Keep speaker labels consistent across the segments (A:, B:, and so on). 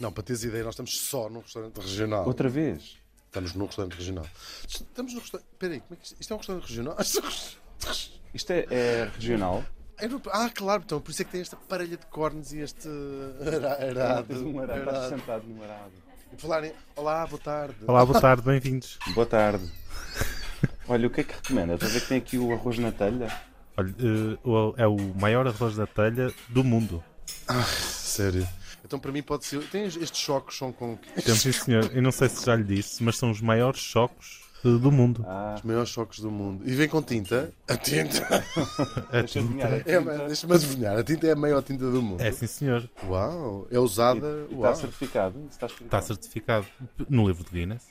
A: Não, para teres ideia, nós estamos só num restaurante regional.
B: Outra vez.
A: Estamos num restaurante regional. Estamos num restaurante. Espera aí, como é que isto... isto é um restaurante regional?
B: Isto é, é regional.
A: Europe- Ah, claro, então, por isso é que tem esta parelha de cornos e este ara-
B: Ah,
A: arado.
B: tens um arado. Estás
A: arado.
B: sentado no arado.
A: E por falar em- Olá, boa tarde.
C: Olá, boa tarde, bem-vindos.
B: Boa tarde. Olha, o que é que recomendas? Estás a ver que tem aqui o arroz na telha?
C: Olha, eh, o- é o maior arroz da telha do mundo.
A: Sério. Então, para mim, pode ser. Tem estes choques são com
C: Temos, sim, senhor. Eu não sei se já lhe disse, mas são os maiores chocos eh, do mundo.
B: Ah,
A: os maiores choques do mundo. E vem com tinta. A tinta.
C: A
B: deixa eu
C: tinta-
B: adivinhar.
A: É, mas Deixa-me adivinhar. A tinta é a maior tinta do mundo.
C: É, sim, senhor.
A: Uau. É usada.
B: E tá está
A: Uau.
B: certificado? Está
C: Está
B: certificado.
C: certificado no livro de Guinness.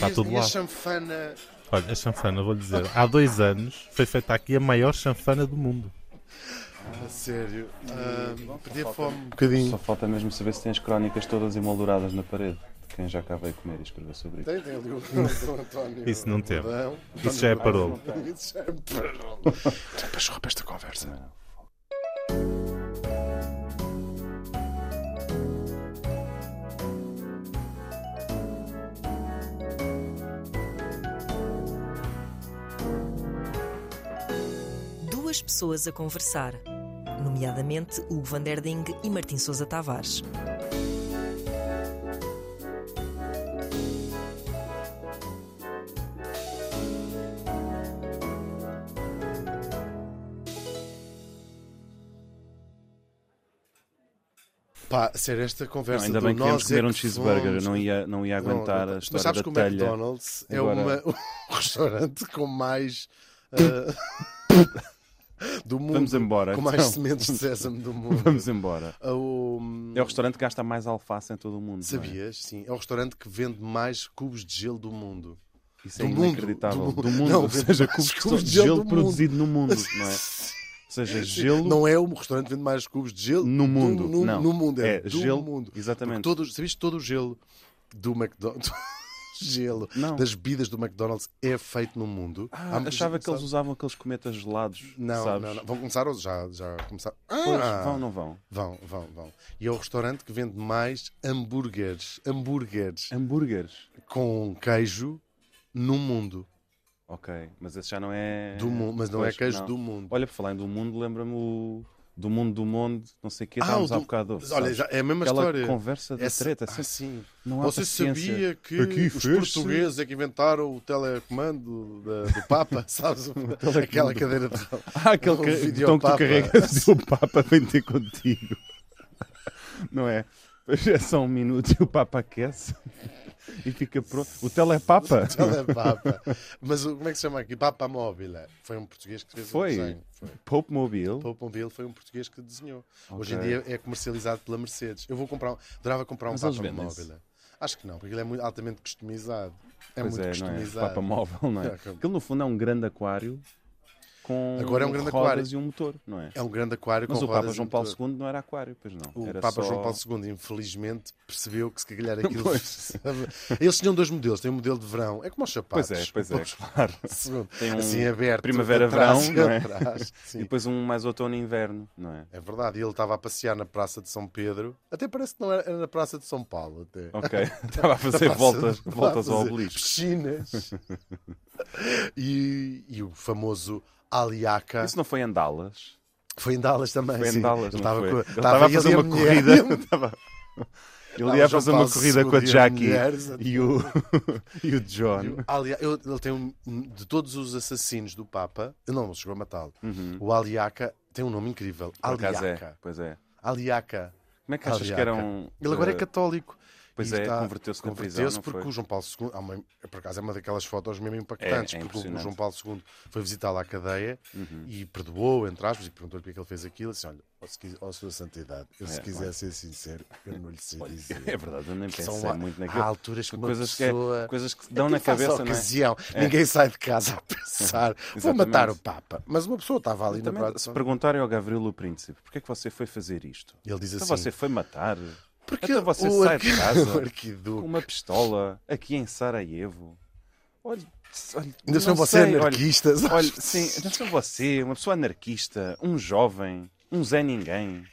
A: e, a-
C: tudo
A: e a
C: lá.
A: chanfana.
C: Olha, a chanfana, vou-lhe dizer, há dois anos foi feita aqui a maior chanfana do mundo.
A: A sério. Ah, perdi a
B: falta-
A: fome. Um
B: Só
A: bocadinho.
B: falta mesmo saber se tem as crónicas todas emolduradas na parede. De quem já cá veio comer e escrever sobre isso.
A: Tem, tem ali o Dom António.
C: Isso não teve.
A: Godão.
C: Isso já é
A: António
C: parolo.
A: Godão. Isso já é parolo. Então, Passou para esta conversa.
D: Duas pessoas a conversar, nomeadamente Hugo van der Ding e Martim Sousa Tavares.
A: Pá, sério, esta
B: Não,
A: conversa
B: ainda
A: do
B: bem que viemos
A: nós é
B: comer um
A: que
B: cheeseburger. Eu
A: fomos.
B: não ia, não ia aguentar
A: Não,
B: a
A: Mas
B: história
A: sabes é
B: da
A: que o
B: telha.
A: McDonald's é
B: Agora-
A: uma- um restaurante com mais. ah, do mundo.
B: Vamos embora,
A: Com mais
B: então.
A: sementes de sésamo do mundo.
B: Vamos embora.
A: Ah, o-
B: É o restaurante que gasta mais alface em todo o mundo. não é?
A: Sabias? Sim. É o restaurante que vende mais cubos de gelo do mundo.
B: Isso é
A: Do mundo,
B: inacreditável.
A: do
B: Do
A: mundo.
B: mundo,
A: Não,
B: ou seja,
A: cubos
B: cubos
A: de
B: de
A: gelo
B: gelo,
A: do mundo.
B: produzido no mundo, não é? Ou seja, gelo
A: Não é o restaurante que vende mais cubos de gelo
B: no
A: do
B: mundo.
A: nu-
B: não.
A: no mundo, é
B: é,
A: do
B: gelo,
A: mundo. Porque
B: Exatamente.
A: todo, sabias que todo o gelo do McDonald's. gelo
B: Não.
A: das bebidas do McDonald's é feito no mundo.
B: Ah,
A: muita
B: achava
A: gente
B: que eles
A: sabe.
B: usavam aqueles cometas gelados.
A: Não,
B: sabes?
A: não, não. Vão começar ou já, já começaram? Ah,
B: Pois, vão, não vão.
A: Vão, vão, vão. E é o restaurante que vende mais hambúrgueres, hambúrgueres
B: Hambúrgueres.
A: com queijo no mundo.
B: Ok, mas esse já não é.
A: Do mundo, mas não
B: Pois,
A: é queijo do mundo.
B: Olha, por falar em do mundo, lembra-me o. Do mundo do mundo, não sei o que,
A: Ah,
B: estávamos
A: o
B: há
A: do-
B: bocado.
A: Mas olha,
B: sabes?
A: já- é a mesma
B: Aquela
A: história.
B: conversa de
A: Essa-
B: treta.
A: Ah,
B: sempre-
A: sim.
B: Não há
A: Você
B: paciência.
A: sabia que
B: Aqui
A: os
B: fez-se-
A: portugueses é que inventaram o telecomando da- do Papa, sabes? Aquela cadeira de rodas.
B: Ah, aquele
A: Um
B: ca- botão que
A: videopapa.
B: tu carregas e o Papa vem ter contigo. Não é? Pois é só um minuto e o Papa aquece e fica pronto. O telepapa.
A: Telepapa. é Mas o- como é que se chama aqui? Papa Móvel. Foi um português que fez
B: Foi.
A: o desenho. Foi.
B: Pope Mobile.
A: Pope Mobile foi um português que desenhou. Hoje em
B: Ok.
A: dia é comercializado pela Mercedes. Eu vou comprar um, adorava comprar um
B: Mas eles
A: Papa
B: vendem-se?
A: Móvel. Acho que não, porque ele é muito altamente customizado. É
B: pois
A: muito
B: é, não é?
A: customizado.
B: Papa móvel, não é?
A: É, ok.
B: Aquilo no fundo é um grande aquário com
A: Agora é um grande
B: rodas
A: aquário.
B: e um motor, não é?
A: É um grande aquário
B: Mas
A: com
B: o Papa
A: rodas
B: João
A: e
B: Paulo
A: motor.
B: II não era aquário, pois não.
A: O
B: era
A: Papa
B: só...
A: João Paulo II, infelizmente, percebeu que se calhar aquilo.
B: Pois.
A: sabe? Eles tinham dois modelos. Tem um modelo de verão, é como os sapatos.
B: Pois é, pois
A: O
B: é,
A: Papa João
B: claro.
A: Paulo II,
B: Tem um
A: assim aberto.
B: primavera,
A: atrás
B: verão, não
A: e
B: é?
A: atrás. Sim.
B: E depois um mais outono e inverno, não é?
A: É verdade, e ele estava a passear na Praça de São Pedro. Até parece que não era, era na Praça de São Paulo. Até.
B: Ok, estava a fazer
A: Praça-
B: voltas,
A: estava a
B: voltas ao
A: fazer
B: obelisco.
A: Piscinas. e, e o famoso Aliaca.
B: Isso não foi em Dallas?
A: Foi em Dallas também.
B: Foi
A: sim.
B: em
A: Ele
B: Dallas, não
A: estava
B: foi?
A: com-
B: Ele
A: estava
B: estava a
A: ele e
B: fazer
A: a
B: uma
A: mulher.
B: corrida. estava- Ele ia
A: João
B: fazer uma
A: Paulo
B: corrida com a
A: II e a
B: Jackie
A: mulher,
B: e o, e o John.
A: Alia- eu- ele tem um, de todos os assassinos do Papa, ele não chegou a matá-lo. O Aliaca tem um nome incrível.
B: Uhum. Por acaso é,
A: Aliaca.
B: Pois é.
A: Aliaca.
B: Como é que achas
A: Aliaca.
B: que era um.
A: Ele agora é
B: eh,
A: católico.
B: pois
A: E
B: é,
A: está-
B: converteu-se na
A: Converteu-se
B: prisão, não
A: porque
B: foi?
A: o João Paulo II, há uma- por acaso é uma daquelas fotos mesmo impactantes,
B: É, é
A: porque o
B: impressionante. Uhum.
A: João Paulo II foi visitá-lo à cadeia e perdoou, entre aspas, e perguntou-lhe porque é que ele fez aquilo. Assim, olha, ó se quis- ó, Sua Santidade, eu se
B: É,
A: quiser ser sincero, eu não lhe sei dizer.
B: É verdade, eu nem
A: Que
B: pensei
A: são lá-
B: muito
A: Há
B: naquilo.
A: alturas que uma
B: Coisas que, é-
A: pessoa...
B: coisas que se dão
A: Aquilo
B: na
A: Então faz à
B: cabeça, não é?
A: ocasião. Ninguém sai de casa a pensar, vou
B: Exatamente.
A: matar o Papa. Mas uma pessoa estava ali na
B: Também,
A: praia.
B: se perguntarem ao Gavrilo o Príncipe, porquê é que você foi fazer isto?
A: Ele diz
B: Então
A: assim,
B: você foi matar?
A: porque
B: então você
A: o,
B: sai
A: arqui...
B: de casa
A: o
B: com
A: arquiduque...
B: uma pistola aqui em Sarajevo? Olha, olha
A: Ainda se não você é
B: sei, olha-
A: anarquista. sabes?
B: Olha, sim, atenção você, uma pessoa anarquista, um jovem, um Zé Ninguém,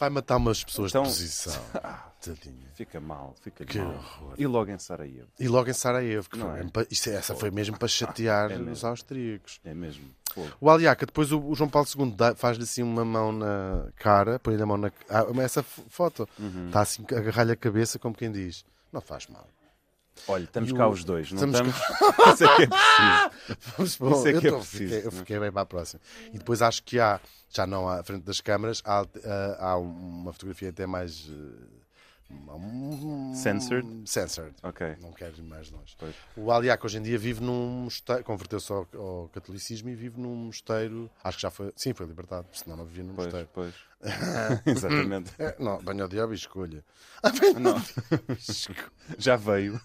A: Vai matar umas pessoas
B: Então- Ah.
A: de posição. Tadinha.
B: Fica mal, fica
A: Que
B: mal.
A: horror.
B: E logo em Sarajevo.
A: E logo em Sarajevo, que
B: Não
A: foi
B: é?
A: mesmo pa- isto é- essa foi mesmo para chatear
B: É mesmo.
A: os austríacos.
B: É mesmo. Fogo.
A: O Aliaca, depois o, o João Paulo II dá- faz-lhe assim uma mão na cara, põe-lhe a mão na. Ah, mas essa f- foto.
B: Uhum.
A: Está assim, agarrar-lhe a cabeça, como quem diz. Não faz mal.
B: Olha, estamos
A: E
B: cá
A: o-
B: os dois, não
A: estamos
B: estamos? Isso é que é preciso.
A: Vamos bom,
B: Isso é
A: eu
B: que é
A: tô-
B: preciso,
A: fiquei, eu
B: não é?
A: fiquei bem para a próxima. E depois acho que há, já não à frente das câmaras, há, ah, há uma fotografia até mais. eh,
B: Censored?
A: Censored.
B: Ok.
A: Não quero ir mais longe.
B: Pois.
A: O Aliac hoje em dia vive num mosteiro, converteu-se ao, ao catolicismo e vive num mosteiro. Acho que já foi. Sim, foi libertado, senão não vivia num
B: Pois,
A: mosteiro.
B: pois. Exatamente.
A: É, não, banho ao diabo e escolha. Ah, banho ao diabo e escolha.
B: Já veio.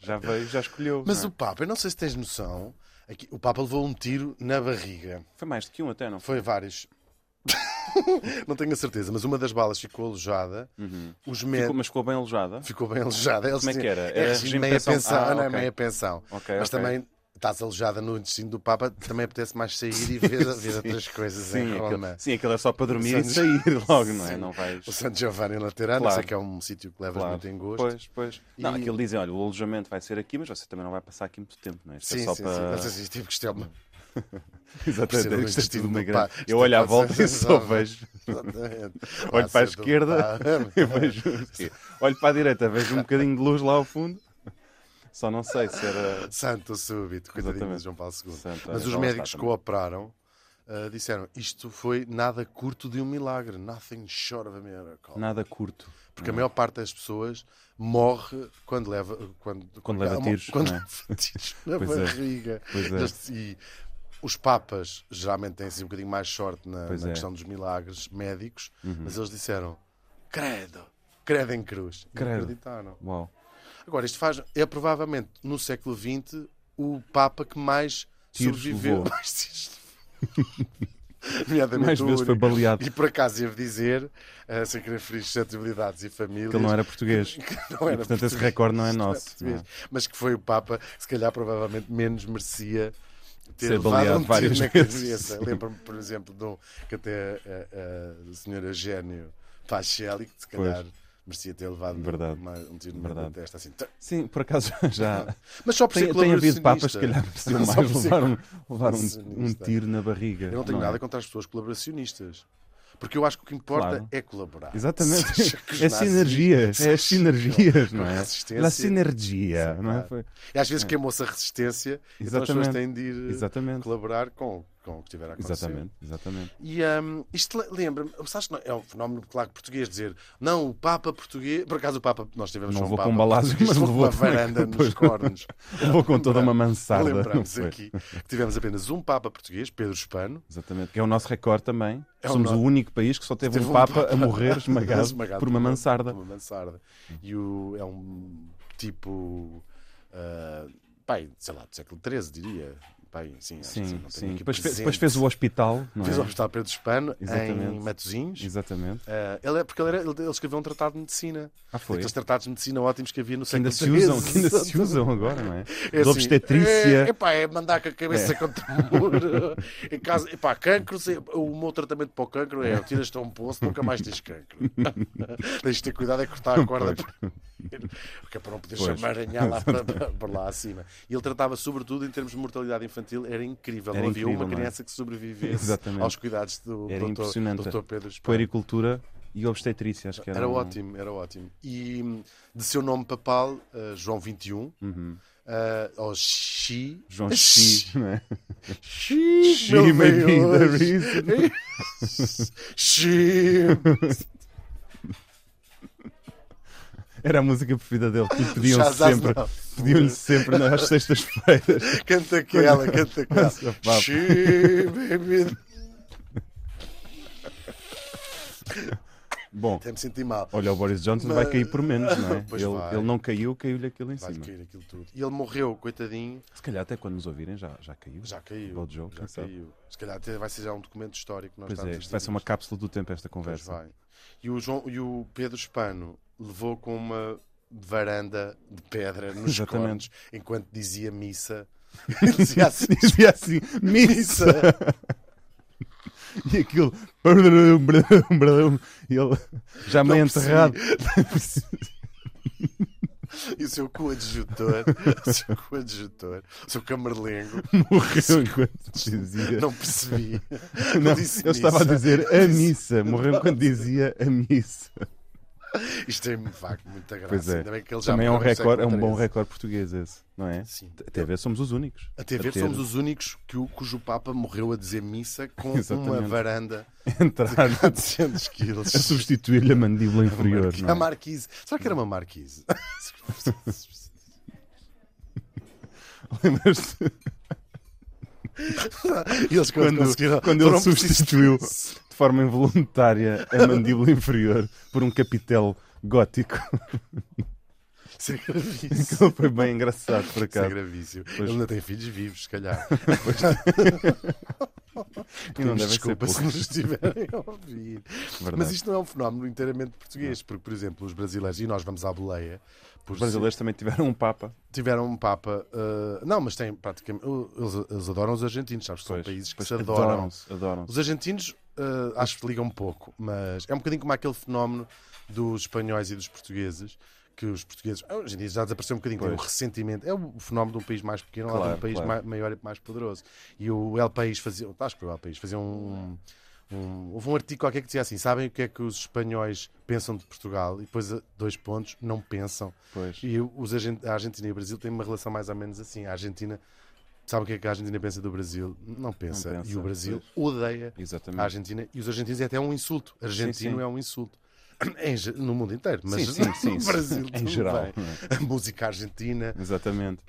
B: Já veio, já escolheu.
A: Mas
B: não é?
A: o Papa, eu não sei se tens noção, aqui, o Papa levou um tiro na barriga.
B: é? Foi mais do que um até, não foi?
A: Foi vários. não tenho a certeza, mas uma das balas ficou alojada. Os
B: Uhum. Ficou-
A: médicos.
B: mas ficou bem alojada.
A: Ficou bem alojada. Eles
B: Como é que
A: diziam,
B: era?
A: É
B: Era
A: regime
B: regime
A: meia
B: pensão?
A: pensão.
B: Ah,
A: não é
B: ok.
A: meia pensão.
B: Ok,
A: Mas
B: ok.
A: também estás alojada no destino do Papa, também apetece mais sair e ver, ver outras coisas em
B: Sim,
A: Roma.
B: aquele, sim, aquele é só para dormir e
A: Santos-
B: sair logo, não é? Não
A: O
B: vais.
A: Santo Giovanni Laterano,
B: Claro.
A: sei que é um sítio que levas
B: Claro.
A: muito em gosto.
B: Pois, é pois. Não,
A: E-
B: aquilo dizem, olha, o alojamento vai ser aqui, mas você também não vai passar aqui muito tempo, não é? Isto
A: Sim,
B: é só
A: sim, sim.
B: para.
A: Mas assim, tipo que isto é uma...
B: Exatamente,
A: Percebam
B: isto é
A: o destino
B: tudo uma
A: do
B: grande-
A: pá. Isto
B: Eu
A: é
B: olho à
A: pá,
B: volta
A: sim,
B: e só
A: sim.
B: vejo.
A: Exatamente.
B: Olho para a
A: Passa do
B: esquerda
A: Papa.
B: e vejo. o quê? Olho para a direita, vejo um bocadinho de luz lá ao fundo. Só não sei se era.
A: Santo súbito, coitadinho de
B: Exatamente.
A: João Paulo II.
B: Santo,
A: Mas
B: olha,
A: os
B: lá
A: médicos
B: está também.
A: cooperaram, ah, disseram isto foi nada curto de um milagre. Nothing short of a miracle.
B: Nada curto.
A: Porque a maior parte das pessoas morre quando leva quando,
B: Quando leva
A: ah, mo-
B: tiros,
A: quando
B: não é?
A: leva tiros na
B: Pois é.
A: barriga.
B: Pois é.
A: Eles- E os papas geralmente têm assim um bocadinho mais sorte na,
B: Pois
A: na
B: é. Uhum.
A: questão dos milagres médicos, mas eles disseram credo, credo em cruz. E
B: Credo.
A: acreditaram.
B: Uau.
A: Agora, isto faz. É provavelmente no século XX o Papa que mais
B: Tiros
A: sobreviveu.
B: levou.
A: Mais tiros levou. Nomeadamente
B: Mais
A: o
B: vezes foi
A: único.
B: baleado.
A: E por acaso devo dizer, eh, sem querer ferir suscetibilidades e famílias.
B: Que ele não era português.
A: que não
B: e,
A: era
B: portanto, esse
A: português,
B: recorde não é
A: não era
B: nosso.
A: português,
B: não é?
A: Mas que foi o Papa que, se calhar, provavelmente menos merecia. Ter
B: Ser
A: levado um
B: baleado
A: tiro
B: várias
A: na
B: vezes.
A: cabeça. Lembro-me, por exemplo, de um que até eh, eh, a, senhora Gênio Pacelli, que se calhar merecia ter levado
B: Verdade.
A: uma- um tiro na
B: Verdade.
A: testa assim. "Tã,
B: Sim, por acaso já.
A: mas só por
B: Tem,
A: ser
B: tem havido papas
A: colaboracionista.
B: que calhar pareciam
A: Não, só
B: mais
A: por ser
B: levar, um, levar um, um
A: colaboracionista.
B: tiro na barriga.
A: Eu não tenho
B: é?
A: nada contra as pessoas colaboracionistas. Porque eu acho que o que importa
B: Claro.
A: é colaborar.
B: Exatamente.
A: Seja que os
B: É
A: nazis-
B: sinergias, é as
A: seja-
B: sinergias, não
A: a
B: é?
A: resistência.
B: La sinergia,
A: Sim,
B: não é?
A: claro.
B: Foi-
A: E às vezes queimou-se a resistência, então as
B: Exatamente.
A: pessoas têm de ir eh,
B: Exatamente.
A: colaborar com, com o que tiver a acontecer.
B: Exatamente, exatamente.
A: E hum, isto le- lembra-me, sabes que não- é um fenómeno claro português dizer, não, o Papa português, por acaso o Papa, nós tivemos
B: Não
A: um
B: levou
A: Papa
B: com balazes,
A: português,
B: mas
A: levou com uma
B: levou também-
A: varanda nos
B: pois.
A: cornos.
B: Vou com toda uma mansada. não
A: Lembramos
B: foi?
A: aqui que tivemos apenas um Papa português, Pedro Hispano,
B: Exatamente, que é o nosso recorde também.
A: É o
B: Somos
A: nosso-
B: o único país que só teve,
A: Teve
B: um
A: um
B: Papa
A: Papa
B: a morrer esmagado,
A: Esmagado
B: por uma mansarda.
A: por uma mansarda. E o, é um tipo. ah, pai, sei lá, do século XIII, diria. Pai, sim, acho que
B: Sim,
A: não tenho
B: sim.
A: aqui
B: Depois, fe-
A: presente.
B: depois fez o hospital. Não
A: Fez
B: é?
A: o Hospital Pedro Hispano em
B: Exatamente.
A: Matosinhos.
B: Exatamente.
A: Ah, ele é porque ele, era- ele- ele escreveu um tratado de medicina.
B: Ah, foi.
A: Aqueles tratados de medicina ótimos que havia no
B: Que ainda
A: século
B: se usam, que ainda
A: XVI.
B: se usam agora, não é?
A: É
B: De obstetrícia.
A: É, epá, é mandar com a cabeça contra o muro. em caso, epá, cancro, se- o meu tratamento para o cancro é tiras-te a um poço, nunca mais tens cancro. tens de ter cuidado é cortar a corda para- porque é para não poderes
B: Pois.
A: amaranhar lá para, para- para lá acima. E ele tratava, sobretudo em termos de mortalidade infantil, era incrível.
B: Era
A: não havia
B: incrível,
A: uma
B: não é?
A: criança que sobrevivesse
B: Exatamente.
A: aos cuidados do
B: Era
A: doutor,
B: impressionante.
A: doutor Pedro Espanha.
B: Puericultura e obstetrícia, acho que era.
A: Era
B: um-
A: ótimo, era ótimo. E hum, de seu nome papal, eh, João 21, eh, ou Xi.
B: Uhum. João Xi, não é?
A: Xi,
B: Xi
A: meu
B: may be
A: Deus.
B: the reason.
A: Xi.
B: Era a música preferida dele. E pediam-lhe
A: Shazam,
B: sempre,
A: não.
B: pediam sempre nas sextas-feiras.
A: Canta aquela, canta aquela.
B: Nossa, pá.
A: Xi, baby.
B: Bom,
A: Até me senti mal.
B: olha, o Boris Johnson vai
A: Mas-
B: cair por menos, não é?
A: Pois vai.
B: Ele, ele não caiu, caiu-lhe aquilo em
A: Vai
B: cima.
A: cair aquilo tudo. E ele morreu, coitadinho.
B: Se calhar até quando nos ouvirem já, já caiu.
A: Já caiu.
B: Bom jogo,
A: já
B: quem sabe?
A: caiu. Se calhar até vai ser já um documento histórico. Nós
B: Pois é,
A: estamos a
B: isto vai ser uma cápsula do tempo esta
A: Pois
B: conversa.
A: vai. E o, João, e o Pedro Espano levou com uma varanda de pedra nos cornos
B: Exatamente.
A: enquanto dizia missa. Ele dizia assim,
B: Dizia assim, missa!
A: missa!
B: E aquilo. brum, brum, brum, E ele já meio enterrado.
A: E o seu coadjutor, o seu coadjutor, o seu camerlengo,
B: Morreu enquanto dizia.
A: não percebi.
B: Não,
A: Não
B: eu
A: disse
B: estava a
A: missa.
B: dizer a missa. Morreu quando dizia a missa.
A: Isto tem de facto muita graça.
B: Pois é.
A: Ainda bem que ele já
B: Também é um
A: morreu no
B: recorde, é um
A: século
B: bom
A: XIII.
B: recorde português esse, não é?
A: Sim.
B: Até a ver, somos os únicos.
A: Até ver,
B: ter-
A: somos os únicos que o, cujo Papa morreu a dizer missa com uma
B: Exatamente.
A: varanda
B: Entrar
A: de 400 quilos.
B: a substituir-lhe a mandíbula inferior.
A: A
B: Não é?
A: marquise. Será que era uma marquise?
B: Lembras-te
A: E eles quando,
B: Quando-
A: conseguiram.
B: quando ele
A: foram precisos-
B: substituiu de forma involuntária a mandíbula inferior por um capitel gótico?
A: Isso é gravíssimo.
B: Aquilo foi bem engraçado, por
A: Isso é
B: acaso.
A: gravíssimo. Ele ainda tem filhos vivos, se calhar.
B: E não
A: Pedimos
B: deve ser
A: desculpa se
B: pouco.
A: nos estiverem a ouvir. Mas
B: Verdade.
A: isto não é um fenómeno inteiramente português, porque, por exemplo, os brasileiros, e nós vamos à boleia,
B: Os brasileiros também tiveram um Papa.
A: tiveram um Papa. eh, não, mas têm praticamente. uh, Eles, eles adoram os argentinos, sabes? São
B: Pois,
A: países que
B: pois,
A: se adoram.
B: Adoram-se. adoram-se.
A: Os argentinos eh, acho que ligam pouco, mas é um bocadinho como aquele fenómeno dos espanhóis e dos portugueses. Que os portugueses, ah, hoje em dia já desapareceu um bocadinho, tem um
B: Pois.
A: ressentimento. É o fenómeno de um país mais pequeno, lá de
B: Claro,
A: um país
B: claro.
A: ma- maior e mais poderoso. E o El País fazia, acho que foi o El País, fazia um, um- Houve um artigo qualquer que dizia assim: sabem o que é que os espanhóis pensam de Portugal? E depois, eh, dois pontos, não pensam.
B: Pois.
A: E os Argen- a Argentina e o Brasil têm uma relação mais ou menos assim. A Argentina sabe o que é que a Argentina pensa do Brasil? Não pensa.
B: pensa,
A: e o Brasil odeia a
B: Exatamente.
A: Argentina. E os argentinos é até um insulto. Argentino
B: sim.
A: é um insulto. Em ge- no mundo inteiro, mas
B: Sim, sim, sim,
A: no
B: sim.
A: Brasil
B: Em
A: também.
B: geral, não é?
A: A música argentina,
B: Exatamente.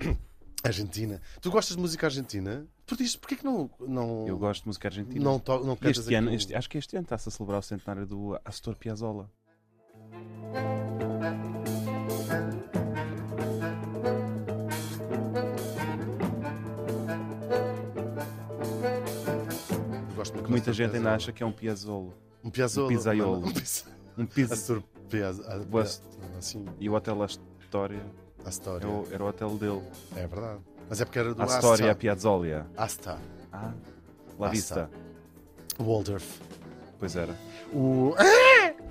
A: argentina. Tu gostas de música argentina? Por isso, porquê que não, não,
B: Eu gosto de música argentina.
A: não, to- não
B: E
A: cantas
B: este ano,
A: aqui um-
B: este- acho que este ano está-se a celebrar o centenário do Astor Piazzolla.
A: Eu gosto muito
B: Que muita
A: de
B: gente ainda
A: Piazzolla.
B: acha que é um Piazzolla.
A: Um piazzolo.
B: um pizzaiolo.
A: Um pizzaiolo.
B: Um piz...
A: A surpresa. a-
B: Boa-
A: a- Assim,
B: E o Hotel Astoria
A: a história.
B: é o- era o hotel dele.
A: É verdade. Mas é porque era do
B: Astoria
A: Asta.
B: Piazzolla.
A: Asta.
B: Ah, La
A: Asta.
B: Vista.
A: Waldorf.
B: Pois era.
A: O.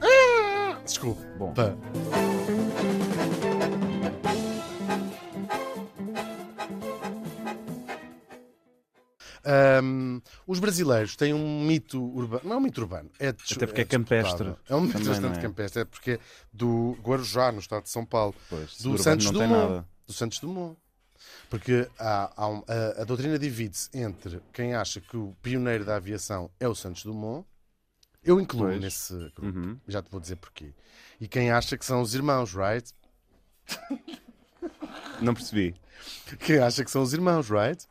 A: Ah! Ah! Desculpa.
B: Bom,
A: Ahm, os brasileiros têm um mito urbano, não é um mito urbano, é dis-
B: Até porque é
A: disputável.
B: campestre.
A: É um mito
B: Também,
A: bastante
B: não é?
A: campestre, é porque é do Guarujá, no estado de São Paulo,
B: pois,
A: do
B: Suburban
A: Santos
B: não tem
A: Dumont.
B: nada.
A: do Santos Dumont. Porque há, há um- a, a doutrina divide-se entre quem acha que o pioneiro da aviação é o Santos Dumont, eu incluo
B: Pois.
A: nesse grupo,
B: Uhum.
A: já te vou dizer porquê, e quem acha que são os irmãos, right?
B: Não percebi.
A: Quem acha que são os irmãos, right?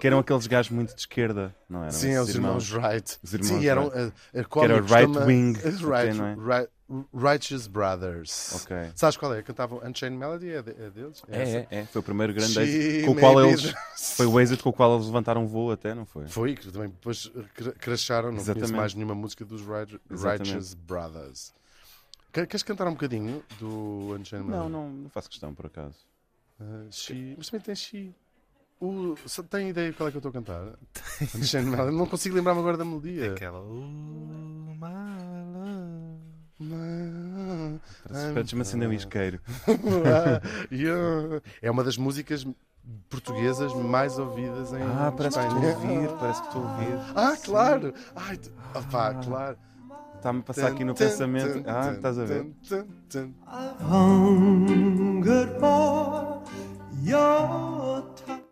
B: Que eram aqueles gajos muito de esquerda, não eram?
A: Sim,
B: Esses
A: é os irmãos, Wright.
B: Os irmãos
A: Sim, eram eh,
B: Wright.
A: a, a
B: era
A: cómic que
B: right
A: chama-
B: wing,
A: as right,
B: até, não é?
A: right- Righteous Brothers.
B: Ok.
A: Sabes qual é? Cantavam Unchained Melody, é, de- é deles?
B: É,
A: essa?
B: é, é. Foi o primeiro grande
A: She
B: êxito com o
A: may
B: qual
A: be
B: eles.
A: the-
B: Foi o êxito com o qual eles levantaram um voo, até, não foi?
A: Foi, que também depois eh, cra- cracharam, não conheço
B: Exatamente.
A: mais nenhuma música dos Right-
B: Exatamente.
A: Righteous Brothers. Que- Queres cantar um bocadinho do Unchained
B: Não,
A: Melody?
B: não, não faço questão, por acaso.
A: Eh, she... Mas também tem She. O... se- Tem ideia de qual é que eu estou a cantar? Unchained Melody. Não consigo lembrar-me agora da melodia.
B: É
C: Aquela. "Oh, my love".
A: Ma-
B: Espero-te-me acender um isqueiro.
A: Ah, yeah. É uma das músicas portuguesas mais ouvidas em
B: Ah, parece que estou a
A: Espanha.
B: ouvir, parece que estou a ouvir.
A: Ah, claro! Ai, tu- ah, pá, claro.
B: Está-me a passar aqui no
A: Tum, tum,
B: pensamento.
A: tum,
B: Ah,
A: tum,
B: estás a ver?
A: tum, tum, tum.
E: hungered for your touch.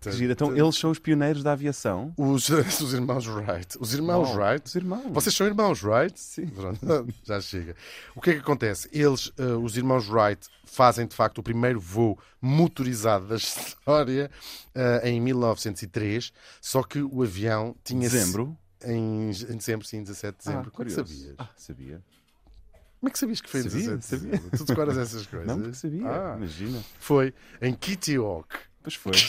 B: Que gira. Então, eles são os pioneiros da aviação.
A: Os, os irmãos Wright. Os irmãos
B: Oh,
A: Wright.
B: Os irmãos.
A: Vocês são irmãos, right?
B: Sim.
A: Pronto, já chega. O que é que acontece? Eles, eh, os irmãos Wright, fazem de facto o primeiro voo motorizado da história eh, em 1903, só que o avião tinha
B: Dezembro.
A: Em, em dezembro, sim, 17 de dezembro.
B: Ah,
A: Como é que
B: curioso.
A: sabias?
B: Ah, sabia.
A: Como é que sabias que foi em
B: Sabia,
A: 17 de
B: sabia.
A: dezembro? Tu decoras essas coisas?
B: Não, porque sabia.
A: Ah,
B: Imagina.
A: foi em Kitty Hawk.
B: Pois foi.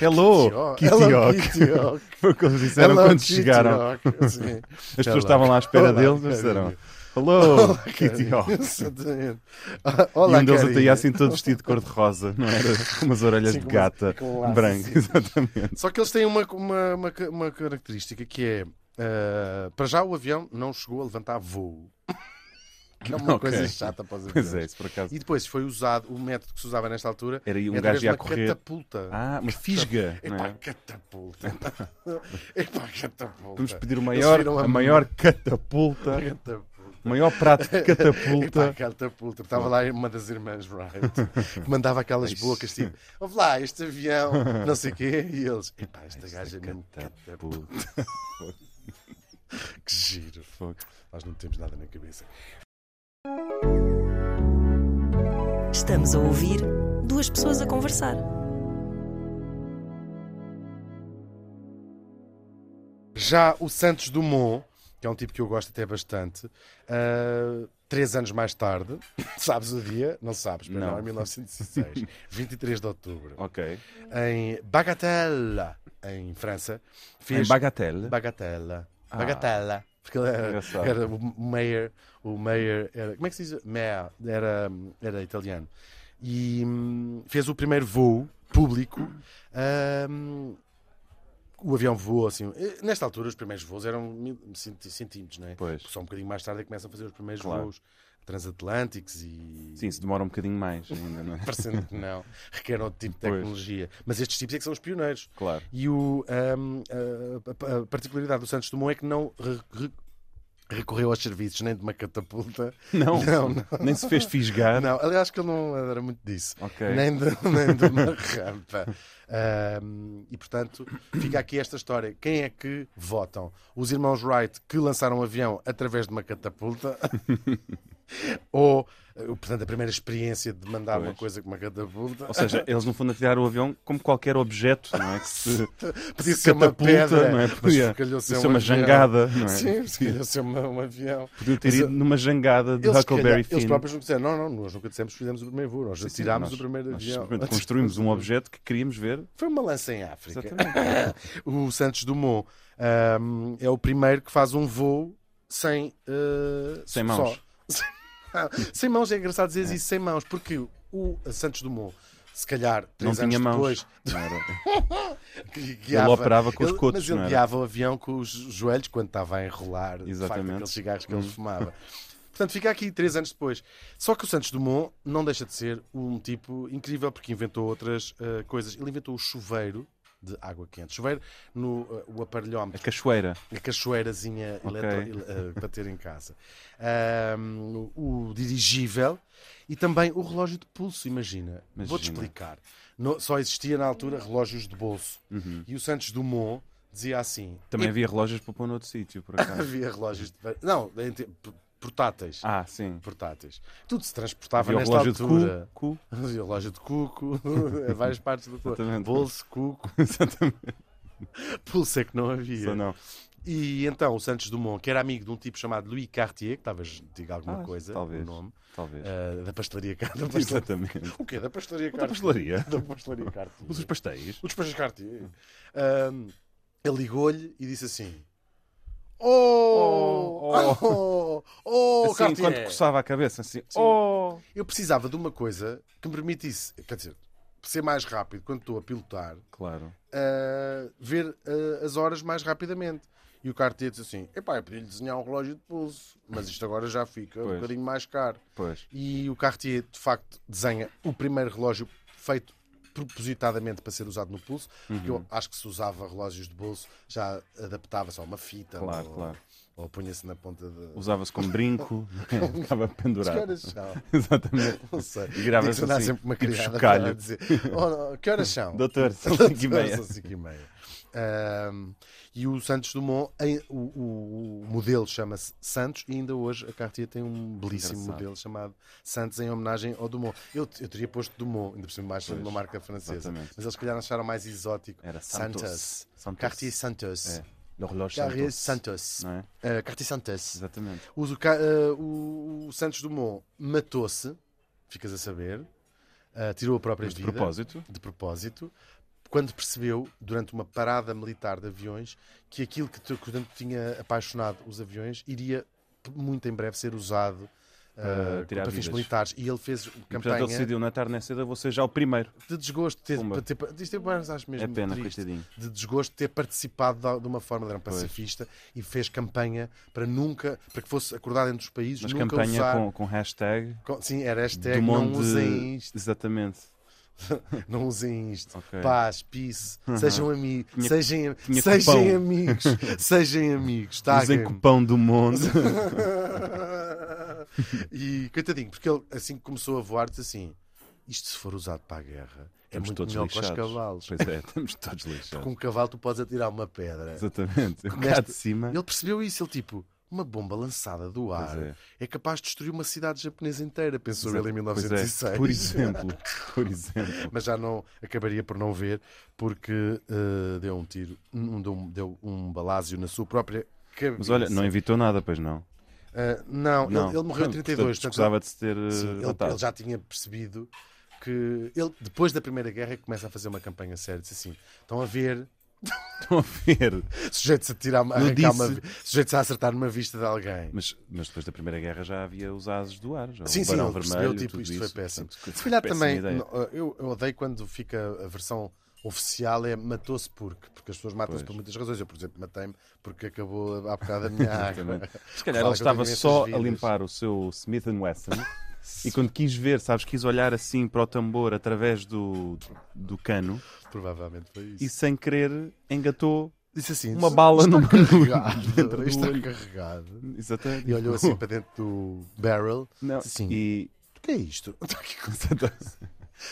B: Hello, Oh, Kitty
A: Hello,
B: Hawk.
A: é um Kitty Hawk.
B: Foi o que eles disseram
A: Hello,
B: quando
A: Kitty
B: chegaram.
A: Hawk. Sim.
B: As pessoas estavam lá à espera deles, eles disseram: Hello, Kitty Hawk.
A: Exatamente. Ah, Olá,
B: e um deles até
A: carinha.
B: ia assim todo vestido de cor-de-rosa, não era? Com umas orelhas
A: Sim,
B: de
A: com umas-
B: gata
A: com um laço,
B: branca,
A: sim.
B: exatamente.
A: Só que eles têm uma, uma, uma, ca- uma característica que é. ah, para já o avião não chegou a levantar voo. Que é uma
B: Ok.
A: coisa chata para os aviões.
B: Pois é, isso por acaso.
A: E depois foi usado o método que se usava nesta altura.
B: Era aí um
A: é
B: gajo
A: através de
B: ia a
A: uma
B: correr.
A: catapulta.
B: Ah, uma fisga, não
A: Epá,
B: é?
A: catapulta. Epá, catapulta.
B: Vamos pedir o
A: Eles
B: maior,
A: viram
B: a maior catapulta,
A: catapulta.
B: o maior prato de
A: Epá,
B: catapulta.
A: catapulta. Estava lá uma das irmãs Wright que mandava aquelas
B: Ixi.
A: bocas tipo: Ouve lá, este avião, não sei o quê. E eles: Epá, esta gaja é mesmo catapulta.
B: Catapulta.
A: Que giro. Nós não temos nada na cabeça.
D: Estamos a ouvir duas pessoas a conversar.
A: Já o Santos Dumont, que é um tipo que eu gosto até bastante, ah, três anos mais tarde, sabes o dia? Não sabes, mas não,
B: Não.
A: é 1906, 23 de outubro,
B: Ok.
A: em Bagatelle, em França,
B: Em
A: fez
B: bagatelle.
A: Bagatella.
B: Ah.
A: Bagatella. Porque ele era,
B: Engraçado.
A: era o mayor, o mayor era, como é que se diz? Mayor, era, era italiano. E hum, fez o primeiro voo público. hum, o avião voou assim. eh, Nesta altura, os primeiros voos eram mil- centi- centímetros, não é?
B: Pois.
A: Só um bocadinho mais tarde é que começam a fazer os primeiros
B: Claro.
A: voos transatlânticos e.
B: Sim, se demora um bocadinho mais ainda, não é?
A: Parecendo que não. Requer outro tipo de
B: Pois.
A: tecnologia. Mas estes tipos é que são os pioneiros.
B: Claro.
A: E o, ahm, a- a, a particularidade do Santos Dumont é que não re- re- recorreu aos serviços nem de uma catapulta.
B: Não,
A: Não, não.
B: nem se fez fisgar.
A: Não, aliás, que ele não era muito disso.
B: Ok.
A: Nem, de, nem de uma rampa. Ahm, e portanto, fica aqui esta história. Quem é que votam? Os irmãos Wright que lançaram um avião através de uma catapulta? Ou, eh, portanto, a primeira experiência de mandar uma
B: Pois.
A: coisa com uma catapulta?
B: Ou seja, eles no fundo atiraram o avião como qualquer objeto, não é? Que se,
A: Podia
B: se
A: ser uma
B: catapulta,
A: pedra,
B: não é?
A: mas
B: Podia
A: calhou ser
B: ser
A: um
B: uma
A: avião.
B: jangada, não é?
A: Sim, se calhar ser uma- um avião.
B: Podiam ter
A: Mas, uh,
B: ido numa jangada de
A: Eles, se
B: Huckleberry
A: calhar,
B: Finn.
A: eles próprios não disseram, não, não, nós nunca dissemos que fizemos o primeiro voo, nós já
B: Sim, sim,
A: tirámos o
B: nós-
A: primeiro
B: nós
A: avião.
B: simplesmente construímos um objeto que queríamos ver.
A: Foi uma lança em África.
B: Exatamente.
A: O Santos Dumont ahm, é o primeiro que faz um voo sem... eh,
B: Sem
A: só.
B: mãos.
A: sem mãos, é engraçado dizer isso, sem mãos, porque o Santos Dumont, se calhar,
B: Não
A: três anos
B: tinha mãos.
A: depois,
B: Não era.
A: que guiava,
B: operava com os
A: ele-
B: cotos,
A: Mas ele
B: não era?
A: guiava o avião com os joelhos quando estava a enrolar de facto,
B: Exatamente. Uhum.
A: aqueles cigarros que ele fumava. Portanto, fica aqui três anos depois. Só que o Santos Dumont não deixa de ser um tipo incrível porque inventou outras ah, coisas. Ele inventou o chuveiro de água quente. Chuveiro no ah, o
B: A
A: aparelhómetro,
B: cachoeira.
A: a cachoeirazinha eletro- ele- ah, para ter em casa. Ahm, o dirigível e também o relógio de pulso, imagina. Vou-te
B: Imagina.
A: explicar. No- só existia na altura relógios de bolso.
B: Uhum.
A: E o Santos Dumont dizia assim:
B: Também havia relógios para pôr noutro sítio, por acaso.
A: havia relógios de. Não, em te- p- portáteis.
B: Ah, sim.
A: Portáteis. Tudo se transportava
B: Havia o
A: nesta
B: relógio
A: altura.
B: de cu, cu.
A: Havia loja de cuco, em várias partes do corpo.
B: Exatamente.
A: Bolso, cuco,
B: Exatamente.
A: pulso é que não havia.
B: Só não.
A: E então o Santos Dumont, que era amigo de um tipo chamado Louis Cartier, que talvez diga alguma
B: Ah,
A: coisa,
B: talvez.
A: o nome,
B: Talvez.
A: ah, da pastelaria Cartier.
B: Exatamente.
A: O quê? Da pastelaria
B: Da
A: Cartier?
B: pastelaria.
A: Da pastelaria Cartier.
B: Os pastéis.
A: Os peixes Cartier. Ahm, ele ligou-lhe e disse assim: Oh,
B: Oh,
A: oh, oh,
B: Assim,
A: Cartier,
B: enquanto coçava a cabeça, assim. Oh!
A: eu precisava de uma coisa que me permitisse, quer dizer, ser mais rápido quando estou a pilotar,
B: Claro.
A: ah, ver ah, as horas mais rapidamente. E o Cartier disse assim: Epá, eu pedi-lhe desenhar um relógio de pulso, mas isto agora já fica um
B: Pois.
A: bocadinho mais caro.
B: Pois.
A: E o Cartier, de facto, desenha o primeiro relógio feito propositadamente para ser usado no pulso, porque
B: Uhum.
A: eu acho que se usava relógios de bolso, já adaptava-se a uma fita
B: Claro,
A: ou,
B: claro.
A: ou punha-se na ponta de.
B: Usava-se como brinco. né? Ficava
A: Que
B: pendurado.
A: horas são?
B: Exatamente.
A: Não sei.
B: E
A: Tinha
B: gravas
A: que andar
B: assim,
A: sempre uma
B: tipo
A: criada
B: chocalho.
A: para dizer. "Oh, que horas são?
B: Doutor, são cinco e meia.
A: São cinco e meia. Ahm, e o Santos Dumont, em- o, o- o modelo chama-se Santos e ainda hoje a Cartier tem um belíssimo
B: Engraçado.
A: modelo chamado Santos em homenagem ao Dumont. Eu, eu teria posto Dumont, ainda por cima mais sendo uma
B: Pois,
A: marca francesa,
B: exatamente.
A: mas eles se calhar acharam mais exótico.
B: Era Santos. Santos.
A: Cartier Santos.
B: É. O relógio
A: Cartier
B: Santos.
A: Santos.
B: Não é?
A: Eh, Cartier Santos.
B: Exatamente.
A: O, do Ca- eh, o- o Santos Dumont matou-se, ficas a saber, eh, tirou a própria
B: Mas de
A: vida
B: propósito.
A: de propósito, quando percebeu, durante uma parada militar de aviões, que aquilo que, t- que tanto tinha apaixonado os aviões iria muito em breve ser usado
B: Para
A: ah,
B: tirar
A: para fins
B: vidas.
A: militares. E ele fez
B: Portanto, ele
A: campanha
B: decidiu na tarde nem cedo, eu vou ser já o primeiro.
A: de desgosto de ter,
B: Pumba.
A: para ter, para- isto é, acho mesmo
B: é pena,
A: triste,
B: coitadinho.
A: de desgosto de ter participado da- de uma forma, ele era um
B: Pois.
A: pacifista e fez campanha para nunca, para que fosse acordado entre os países,
B: Mas
A: nunca
B: campanha
A: usar.
B: com, com hashtag
A: com- Sim, era hashtag
B: do
A: não
B: mundo.
A: usem isto,
B: Exatamente.
A: não usem isto.
B: Ok.
A: Paz, peace, sejam amigos,
B: Tinha-
A: sejam,
B: tinha
A: sejam
B: cupão.
A: amigos, sejam amigos, tá?
B: Usem
A: gang?
B: cupão do mundo.
A: e coitadinho, porque ele assim que começou a voar disse assim: isto se for usado para a guerra é
B: Estamos
A: muito
B: todos
A: melhor
B: lixados.
A: que os cavalos.
B: Pois é, estamos todos
A: Porque
B: lixados.
A: um cavalo tu podes atirar uma pedra.
B: Exatamente. Eu cá
A: Nesta-
B: um de cima.
A: Ele percebeu isso, ele tipo, uma bomba lançada do ar
B: Pois é.
A: é. capaz de destruir uma cidade japonesa inteira, pensou ele em
B: Pois é,
A: 1906.
B: Por exemplo, por exemplo.
A: Mas já não acabaria por não ver, porque eh, deu um tiro, um- deu, um, deu um balásio na sua própria cabeça.
B: Mas olha, não evitou nada, pois não.
A: Eh, não, ele-
B: não.
A: ele, morreu em 32, portanto,
B: Precisava de se ter. eh,
A: é Sim, ele,
B: atado.
A: ele já tinha percebido que ele, depois da Primeira Guerra, começa a fazer uma campanha séria. Disse assim: estão a ver
B: Estão a ver.
A: sujeitos a tirar a arrancar
B: disse.
A: uma, vi- sujeitos a acertar numa vista de alguém.
B: Mas, mas depois da Primeira Guerra já havia os ases do ar. Já,
A: Sim,
B: o
A: sim,
B: Barão
A: ele percebeu,
B: vermelho,
A: tipo,
B: tudo
A: isto
B: isso.
A: foi péssimo.
B: Portanto,
A: Se calhar
B: péssima
A: também,
B: ideia.
A: não, eu, eu odeio quando fica a versão oficial é matou-se porque, porque as pessoas matam-se
B: Pois.
A: por muitas razões. Eu, por exemplo, matei-me porque acabou há bocado a minha água.
B: Exatamente. Se
A: Claro que
B: calhar ele
A: eu tenho
B: estava
A: essas
B: só a
A: vidas.
B: limpar o seu Smith Wesson e quando quis ver, sabes, quis olhar assim para o tambor através do, do cano
A: Provavelmente foi isso.
B: e sem querer engatou.
A: Disse assim:
B: Uma bala
A: está
B: numa-
A: carregado,
B: dentro do
A: está
B: olho."
A: um carregado.
B: Exatamente.
A: E olhou assim para dentro do barrel.
B: Não,
A: disse assim,
B: E
A: O que é isto? Está aqui, está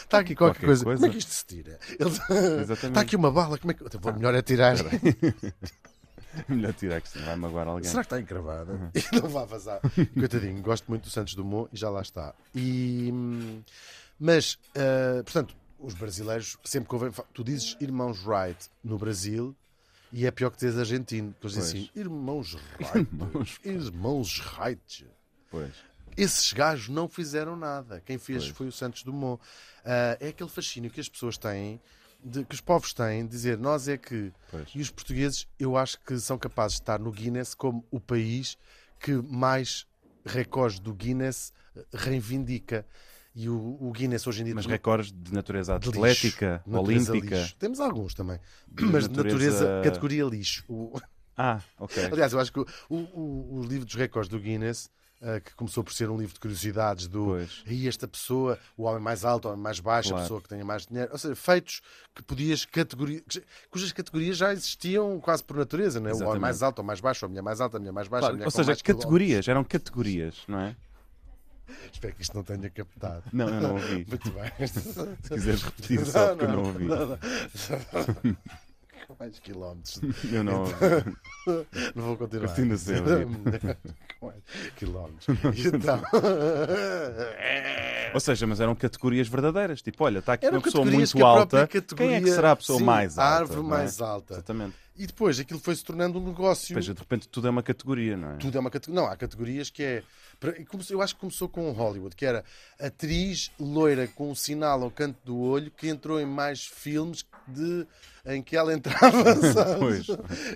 A: Tá aqui qualquer,
B: Qualquer
A: coisa.
B: coisa.
A: Como é que isto se tira? Ele-
B: Exatamente. Tá
A: Está aqui uma bala. Como é que... Então, vou- Melhor é tirar.
B: melhor tirar que senão vai magoar alguém.
A: Será que está encravada?
B: Uhum.
A: E não vai vazar. Coitadinho, gosto muito do Santos Dumont e já lá está. E, hum, mas, ah, portanto, os brasileiros sempre convém. fa- Tu dizes irmãos Wright no Brasil e é pior que dizes argentino. Porque eles dizem assim: irmãos Wright. Irmãos Wright.
B: Pois.
A: Esses gajos não fizeram nada. Quem fez foi o Santos Dumont. Ah, é aquele fascínio que as pessoas têm, de- que os povos têm, de dizer nós é que.
B: Pois.
A: E os portugueses, eu acho que são capazes de estar no Guinness como o país que mais recordes do Guinness eh, reivindica. E o, o Guinness hoje em dia
B: Mas
A: também-
B: recordes de natureza
A: de lixo.
B: atlética,
A: Natureza
B: olímpica.
A: lixo. Temos alguns também. Mas de
B: natureza-
A: natureza, categoria lixo. O-
B: Ah, ok.
A: Aliás, eu acho que o, o- o livro dos recordes do Guinness, eh, que começou por ser um livro de curiosidades do
B: Pois.
A: e esta pessoa, o homem mais alto, o homem mais baixo,
B: Claro.
A: a pessoa que tenha mais dinheiro, ou seja, feitos que podias categorizar, cujas categorias já existiam quase por natureza, não é? o homem
B: Exatamente.
A: mais alto, o mais baixo, a mulher mais alta, a mulher mais baixa, a
B: Claro,
A: mulher
B: ou
A: com
B: seja,
A: mais cabelo.
B: categorias, eram categorias, não é?
A: Espero que isto não tenha captado.
B: Não, eu não ouvi.
A: Muito bem.
B: Se quiseres repetir só porque eu não ouvi.
A: Com mais quilómetros.
B: Eu não ouvi.
A: Não vou continuar.
B: Continua sem ouvir.
A: Com mais quilómetros. Então.
B: Ou seja, mas eram categorias verdadeiras. Tipo, olha, está aqui
A: Eram
B: uma pessoa
A: categorias que
B: muito
A: a própria
B: alta. Quem é que
A: categoria-
B: será a pessoa
A: Sim,
B: mais
A: a
B: alta?
A: árvore
B: não é?
A: mais alta.
B: Exatamente.
A: E depois aquilo foi se tornando um negócio.
B: Veja, de repente tudo é uma categoria, não é?
A: Tudo é uma categoria. Não, há categorias que é. pra- e come- Eu acho que começou com Hollywood, que era atriz loira com um sinal ao canto do olho que entrou em mais filmes de... em que ela entrava. sabes?
B: Pois.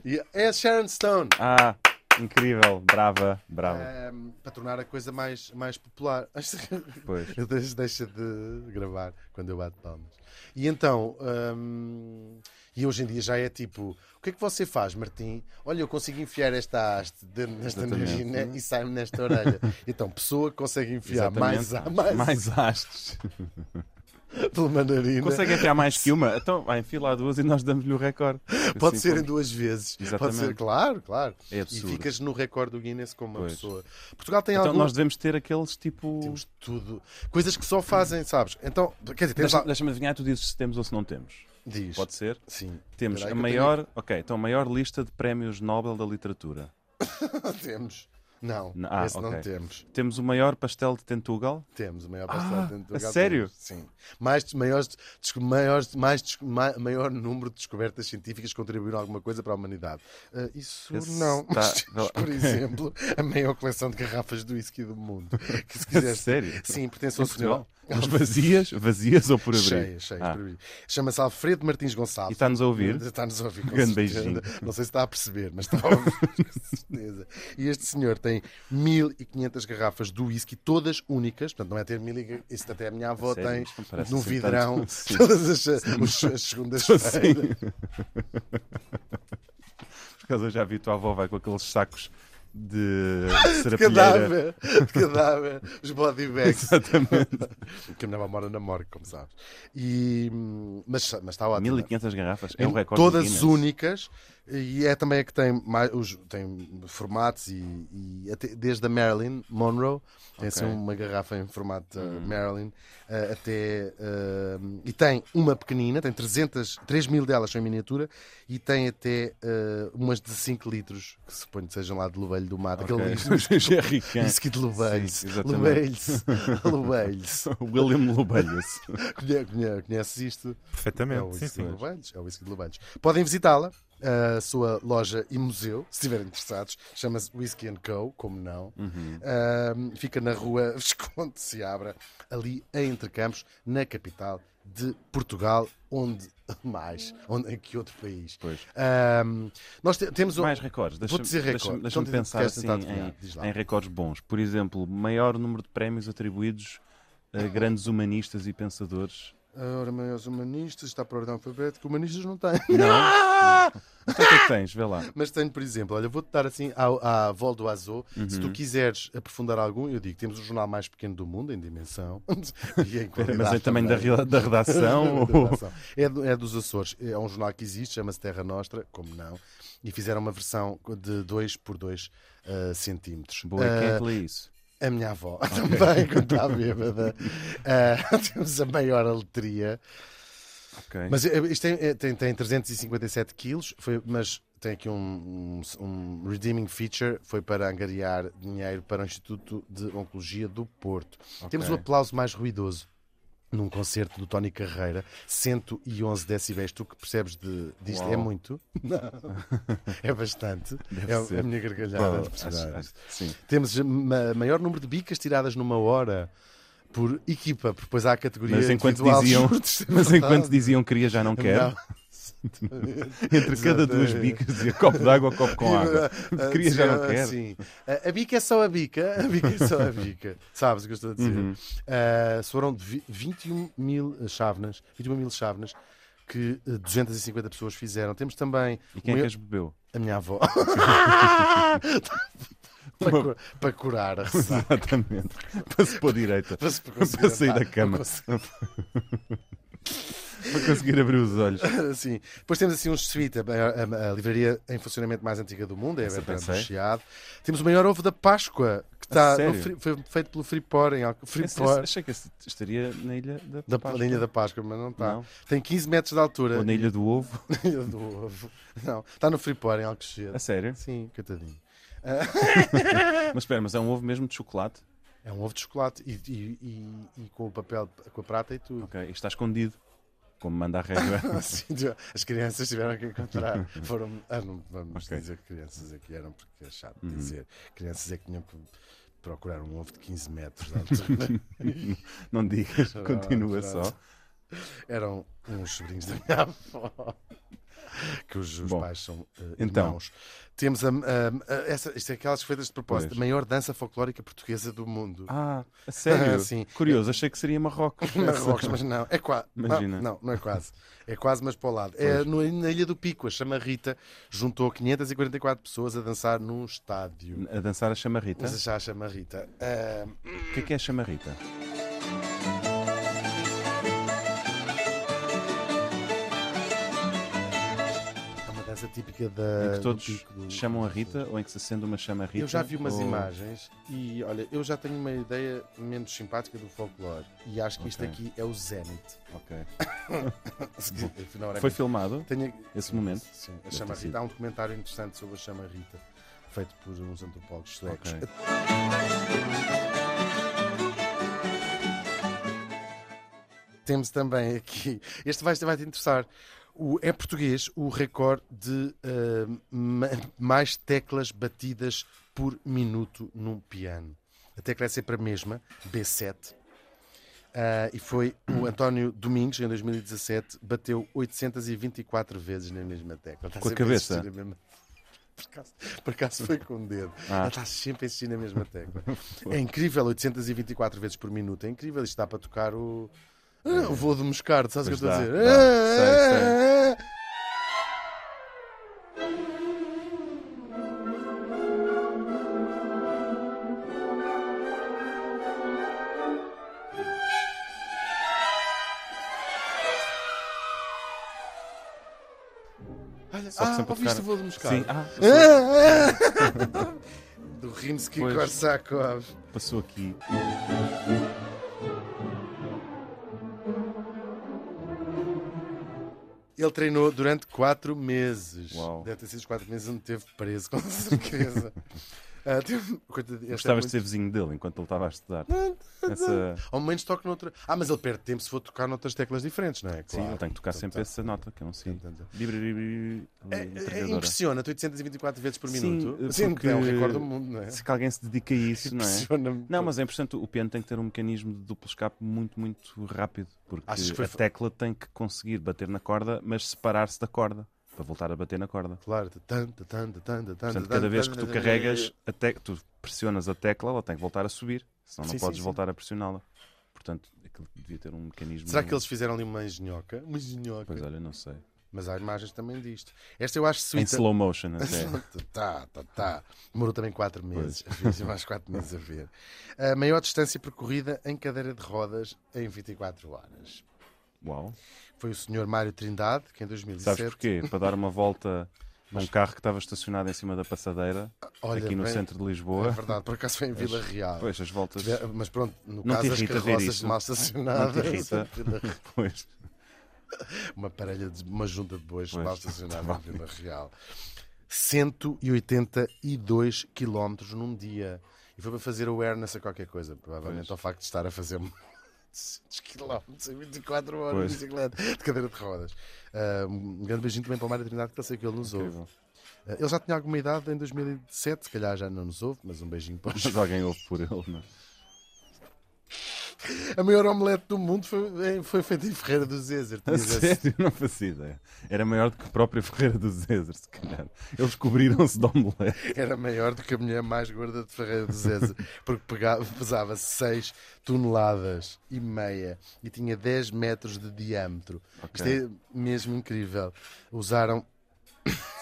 A: E é Sharon Stone.
B: Ah, incrível. Brava, brava.
A: Ahm, Ehm, para tornar a coisa mais, mais popular.
B: Pois.
A: Eu deixo, deixa de gravar quando eu bato palmas. E então, hum, e hoje em dia já é tipo: o que é que você faz, Martim? Olha, eu consigo enfiar esta haste de- nesta
B: Exatamente.
A: narina e sai-me nesta orelha. então, pessoa que consegue enfiar É, mais, a-
B: Exatamente.
A: mais,
B: mais hastes.
A: pela mandarina.
B: Consegue enfiar mais que uma? Então, vai enfiar lá duas e nós damos-lhe o recorde.
A: Pode
B: Assim,
A: ser em
B: como-
A: duas vezes. Pode
B: Exatamente.
A: ser, claro, claro.
B: É
A: e
B: absurdo.
A: ficas no recorde do Guinness como uma
B: Pois.
A: pessoa. Portugal tem
B: Então,
A: algum.
B: nós devemos ter aqueles tipo.
A: Temos tudo. Coisas que só fazem, sabes? Então, quer dizer, temos
B: Deixa-
A: lá.
B: Deixa-me adivinhar, tu dizes se temos ou se não temos.
A: Diz.
B: Pode ser?
A: Sim.
B: Temos
A: Espera aí
B: a
A: que eu
B: maior, ok, então a maior lista de prémios Nobel da literatura.
A: tenho- Temos. Não,
B: Não, ah,
A: esse não
B: ok.
A: temos.
B: Temos o maior pastel de Tentugal.
A: Temos o maior pastel
B: Ah,
A: dentro do
B: a
A: lugar,
B: sério?
A: temos. Sim. Mais, maiores, desco- maiores, mais, desco- ma- maior número de descobertas científicas que contribuíram alguma coisa para a humanidade. Ah, isso
B: Esse
A: não.
B: tá-
A: Mas temos,
B: tá-
A: por exemplo, a maior coleção de garrafas de whisky do mundo. Que se quiseres.
B: Sério?
A: Sim, pertence ao
B: Em Portugal?
A: senhor.
B: Mas vazias, vazias ou por abrir?
A: Cheia, cheia.
B: Ah,
A: por aí. Chama-se Alfredo Martins Gonçalves.
B: E está-nos a ouvir?
A: Está-nos a ouvir. com
B: Grande
A: certeza.
B: beijinho.
A: Não sei se está a perceber, mas está a ouvir. com certeza. E este senhor tem 1500 garrafas de whisky, todas únicas. Portanto, não é ter 1500. Isso até a minha avó
B: Sério?
A: tem
B: Isto não parece
A: num
B: assim
A: vidrão
B: tanto. Sim. assim,
A: todas as, os- as segundas-feiras.
B: Por acaso eu já vi, tua avó vai com aqueles sacos de serapilheira.
A: Cadáver, cadáver, os body bags. Exatamente. Que a minha avó mora na morgue, como sabes. E, hum, mas, mas está ótimo.
B: 1500 garrafas, é um
A: Em
B: recorde.
A: todas
B: Guinness.
A: únicas e é também a que tem mais os tem formatos e, e até- desde a Marilyn Monroe tem assim uma garrafa em formato uh,
B: Hum.
A: Marilyn uh, até uh, e tem uma pequenina tem 300 3 mil delas são em miniatura e tem até uh, umas de 5 litros que suponho que sejam lá de Lovelho do Mato
B: Ok.
A: aquele whisky-
B: Jerry Can.
A: whisky de Lovelhos
B: Sim, exatamente.
A: Lovelhos Lovelhos
B: William Lobelhas.
A: Conhe- conhe- conheces isto? É o
C: Perfeitamente, sim,
A: Whisky de
C: sim.
A: Lobanhos. É o Whisky de Lobanhos. Podem visitá-la, a sua loja e museu, se estiverem interessados. Chama-se Whisky and Co., como não. Ahm, fica na rua Visconde de Seabra, ali em Entrecampos, na capital de Portugal, onde mais? Onde, em que outro país?
B: Pois.
A: Ahm, nós te- temos um...
B: Mais recordes. Deixa,
A: Vou dizer recordes.
B: Deixa-me
A: Então,
B: deixa-me pensar
A: queres
B: assim,
A: tentar adivinhar? Diz lá.
B: em, em recordes bons. Por exemplo, maior número de prémios atribuídos a grandes humanistas e pensadores.
A: Ora, maiores humanistas, está para ordem alfabética, humanistas não tem.
B: Não? Então, o que é que tens? Vê lá.
A: Mas tenho, por exemplo, olha, vou-te dar assim à, à volta do Azul. Se
B: Uhum.
A: tu quiseres aprofundar algum, eu digo: temos o jornal mais pequeno do mundo, em dimensão. e em qualidade
B: Mas é também da, rela- da redação.
A: Da
B: ou-
A: redação. É, do- é dos Açores. É um jornal que existe, chama-se Terra Nostra, como não. E fizeram uma versão de 2 por 2 centímetros.
B: Boa,
A: Ah,
B: quem é que lê isso?
A: a minha avó também, quando está bêbada. Ah, temos a maior aletria.
B: Ok.
A: Mas eh, isto tem, eh, tem, tem 357 quilos, foi, mas tem aqui um, um- um redeeming feature, foi para angariar dinheiro para o Instituto de Oncologia do Porto. Temos o aplauso mais ruidoso num concerto do Tony Carreira, 111 decibéis. Tu que percebes de, disto é
B: Uau.
A: muito? Não. É bastante. É
B: ser.
A: a minha gargalhada. de
B: Acho-
A: personagem.
B: acho- sim.
A: Temos ma- maior número de bicas tiradas numa hora por equipa, porque depois há a categoria
B: Mas enquanto
A: individual,
B: diziam,
A: juntos,
B: mas enquanto
A: verdade.
B: diziam queria já não quer,
A: Não.
B: entre cada duas
A: Exatamente.
B: bicas e copo de água, copo com água.
A: Ah,
B: Queria já não
A: ah,
B: quer.
A: Sim. Ah, a bica é só a bica. A bica é só a bica. Sabes o que eu estou a dizer?
B: Uhum.
A: Ah, foram vi- 21 mil chávenas, 21 mil chávenas que ah, 250 pessoas fizeram. Temos também
B: E quem é
A: o
B: que
A: meu-
B: as bebeu?
A: a minha avó. para, cu- para curar a ressaca.
B: Exatamente. Para se pôr direita.
A: Para, se- para
B: Para
A: conseguir
B: sair
A: andar.
B: da cama. Para conseguir abrir os olhos.
A: Sim. Depois temos assim um suíte, a, a- a livraria em funcionamento mais antiga do mundo, é
B: Essa
A: aberta no
B: pensei.
A: Chiado. Temos o maior ovo da Páscoa, que está no
B: sério?
A: Fri- foi feito pelo Freeport, em Al-
B: Esse- é
A: Freeport
B: esse- Achei que esse estaria na ilha da,
A: da,
B: Páscoa.
A: da Ilha da Páscoa, mas não está.
B: Não.
A: Tem 15 metros de altura.
B: Ou na ilha do ovo.
A: Na Ilha do Ovo. Não, está no Freeport, em Alcochete.
B: A sério?
A: Sim, coitadinho.
B: Mas espera, mas é um ovo mesmo de chocolate?
A: É um ovo de chocolate e, e- e- e com o papel, com a prata e tudo.
B: Ok. E está escondido. Como manda a regra.
A: Assim, tu- As crianças tiveram que encontrar. Foram. Ah, não vamos
B: Ok. Uhum.
A: dizer crianças é que eram, porque é chato dizer. Crianças é que tinham que procurar um ovo de 15 metros de altura.
B: não digas. Continua só.
A: eram uns sobrinhos da minha avó. Que os, os
B: Bom,
A: pais são eh,
B: então.
A: irmãos. Temos a, a- a- essa, isto é aquelas feitas de propósito,
B: Pois.
A: a maior dança folclórica portuguesa do mundo.
B: Ah, a sério?
A: Ah, sim.
B: Curioso, achei que seria Marrocos.
A: Marrocos, mas não, é quase.
B: Imagina.
A: Não, não é quase. É quase, mas para o lado. É no- na Ilha do Pico, a chama Rita juntou 544 pessoas a dançar num estádio.
B: A dançar a chamarrita.
A: Mas já a chama Rita. ah,
B: O que é que é a chamarrita?
A: É uma dança típica
B: Em
A: da.
B: que
A: do
B: todos
A: Pico, do-
B: chamam a Rita ou em que se acende uma chama Rita?
A: Eu já vi umas
B: ou-
A: imagens e olha, eu já tenho uma ideia menos simpática do folclore e acho que isto
B: Ok.
A: aqui é o Zenit.
B: Ok.
A: Se que- afinal, era
B: Foi
A: mesmo.
B: filmado
A: Tenho-
B: esse momento?
A: Sim, a
B: Deve
A: chama
B: ter
A: Rita.
B: sido.
A: Há um documentário interessante sobre a chama Rita, feito por uns antropólogos suecos.
B: Ok.
A: Temos também aqui, este vai, vai te interessar. O, é português o recorde de ah, ma- mais teclas batidas por minuto num piano. A tecla é sempre a mesma, B7. Ah, e foi o António Domingos, em 2017, bateu 824 vezes na mesma tecla. Está
B: Tá Com a
A: sempre
B: cabeça?
A: insistir na mesma- Por acaso, por acaso foi com o dedo.
B: Ah.
A: Ela está sempre a insistir na mesma tecla. É incrível, 824 vezes por minuto. É incrível. Isto dá para tocar o. Ah, o voo do Moscardo, sabes o que eu
B: É. Pois
A: estou a
B: dá,
A: dizer? Ah,
B: dá.
A: Olha,
B: Só que
A: ah,
B: sempre a
A: ouviste
B: tocar-
A: o voo do Moscardo?
B: Sim, ah,
A: Do Rimsky
B: Pois.
A: Korsakov.
B: passou aqui.
A: Ele treinou durante 4 meses.
B: Uau.
A: Deve ter sido os 4 meses onde esteve preso, com certeza. Ah, teve- Coitado, esta é
B: Gostavas
A: muito-
B: de ser vizinho dele enquanto ele estava a estudar. Essa...
A: Ao menos toque noutra. Ah, mas ele perde tempo se for tocar noutras teclas diferentes, não é?
B: Sim, ele tem que tocar sempre essa nota, que eu não sei.
A: Tum, tum,
B: Bibribri-
A: É, é,
B: Metralhadora.
A: Impressiona-te 824 vezes por
B: Sim,
A: minuto.
B: eh,
A: Sim,
B: porque-
A: é um recorde do mundo, não é?
B: Se que alguém se dedica a isso, não é?
A: Impressiona-me.
B: Não, mas é importante, o piano tem que ter um mecanismo de duplo escape muito, muito rápido, porque
A: Achas que foi
B: a
A: fa-
B: tecla tem que conseguir bater na corda, mas separar-se da corda, para voltar a bater na corda.
A: Claro, tanta, tanta, tanta, tanta.
B: Portanto, cada vez que tu carregas, a te... tu pressionas a tecla, ela tem que voltar a subir, senão não
A: Sim, sim,
B: podes
A: sim.
B: voltar a pressioná-la. Portanto, aquilo devia ter um mecanismo...
A: Será que eles fizeram ali uma engenhoca? Uma engenhoca.
B: Pois é. olha, não sei.
A: Mas há imagens também disto. Esta eu acho
B: Em
A: suíta.
B: slow motion até.
A: Tá, tá, tá. Demorou também 4 meses. Fiz mais 4 meses a ver. A maior distância percorrida em cadeira de rodas em 24 horas.
B: Uau.
A: Foi o senhor Mário Trindade, que em 2007.
B: Sabes porquê? Para dar uma volta a um carro que estava estacionado em cima da passadeira,
A: Olha,
B: aqui no
A: bem,
B: centro de
A: É
B: Lisboa.
A: verdade, por acaso foi em Vila Real.
B: Pois, as voltas.
A: Tiver- Mas pronto, no
B: Não te
A: caso as
B: irrita ver
A: carroças
B: isso?
A: mal estacionadas.
B: Não te irrita?
A: Vila Real.
B: Pois.
A: Uma parelha de uma junta de bois
B: Pois, tá
A: mal estacionada em Vila Real. 182 quilómetros num dia. E foi para fazer awareness a qualquer coisa, provavelmente
B: Pois.
A: ao facto de estar a fazer 100 quilómetros em 24 horas
B: Pois.
A: de bicicleta, de cadeira de rodas. Ah, um grande beijinho também para o Mário Trindade, que eu sei que ele nos ouve.
B: Incrível.
A: Ah, ele já tinha alguma idade em 2007, se calhar já não nos ouve, mas um beijinho para os
B: Mas alguém ouve por ele, não é?
A: A maior omelete do mundo foi, em- foi feita em Ferreira do Zézer.
B: A
A: Tinhas esse-
B: sério, não fazia ideia. Era maior do que a própria Ferreira do Zezer, se calhar. Eles cobriram-se de omelete.
A: Era maior do que a mulher mais gorda de Ferreira do Zézer, porque pegava- pesava 6 toneladas e meia e tinha 10 metros de diâmetro. Isto é mesmo incrível. Usaram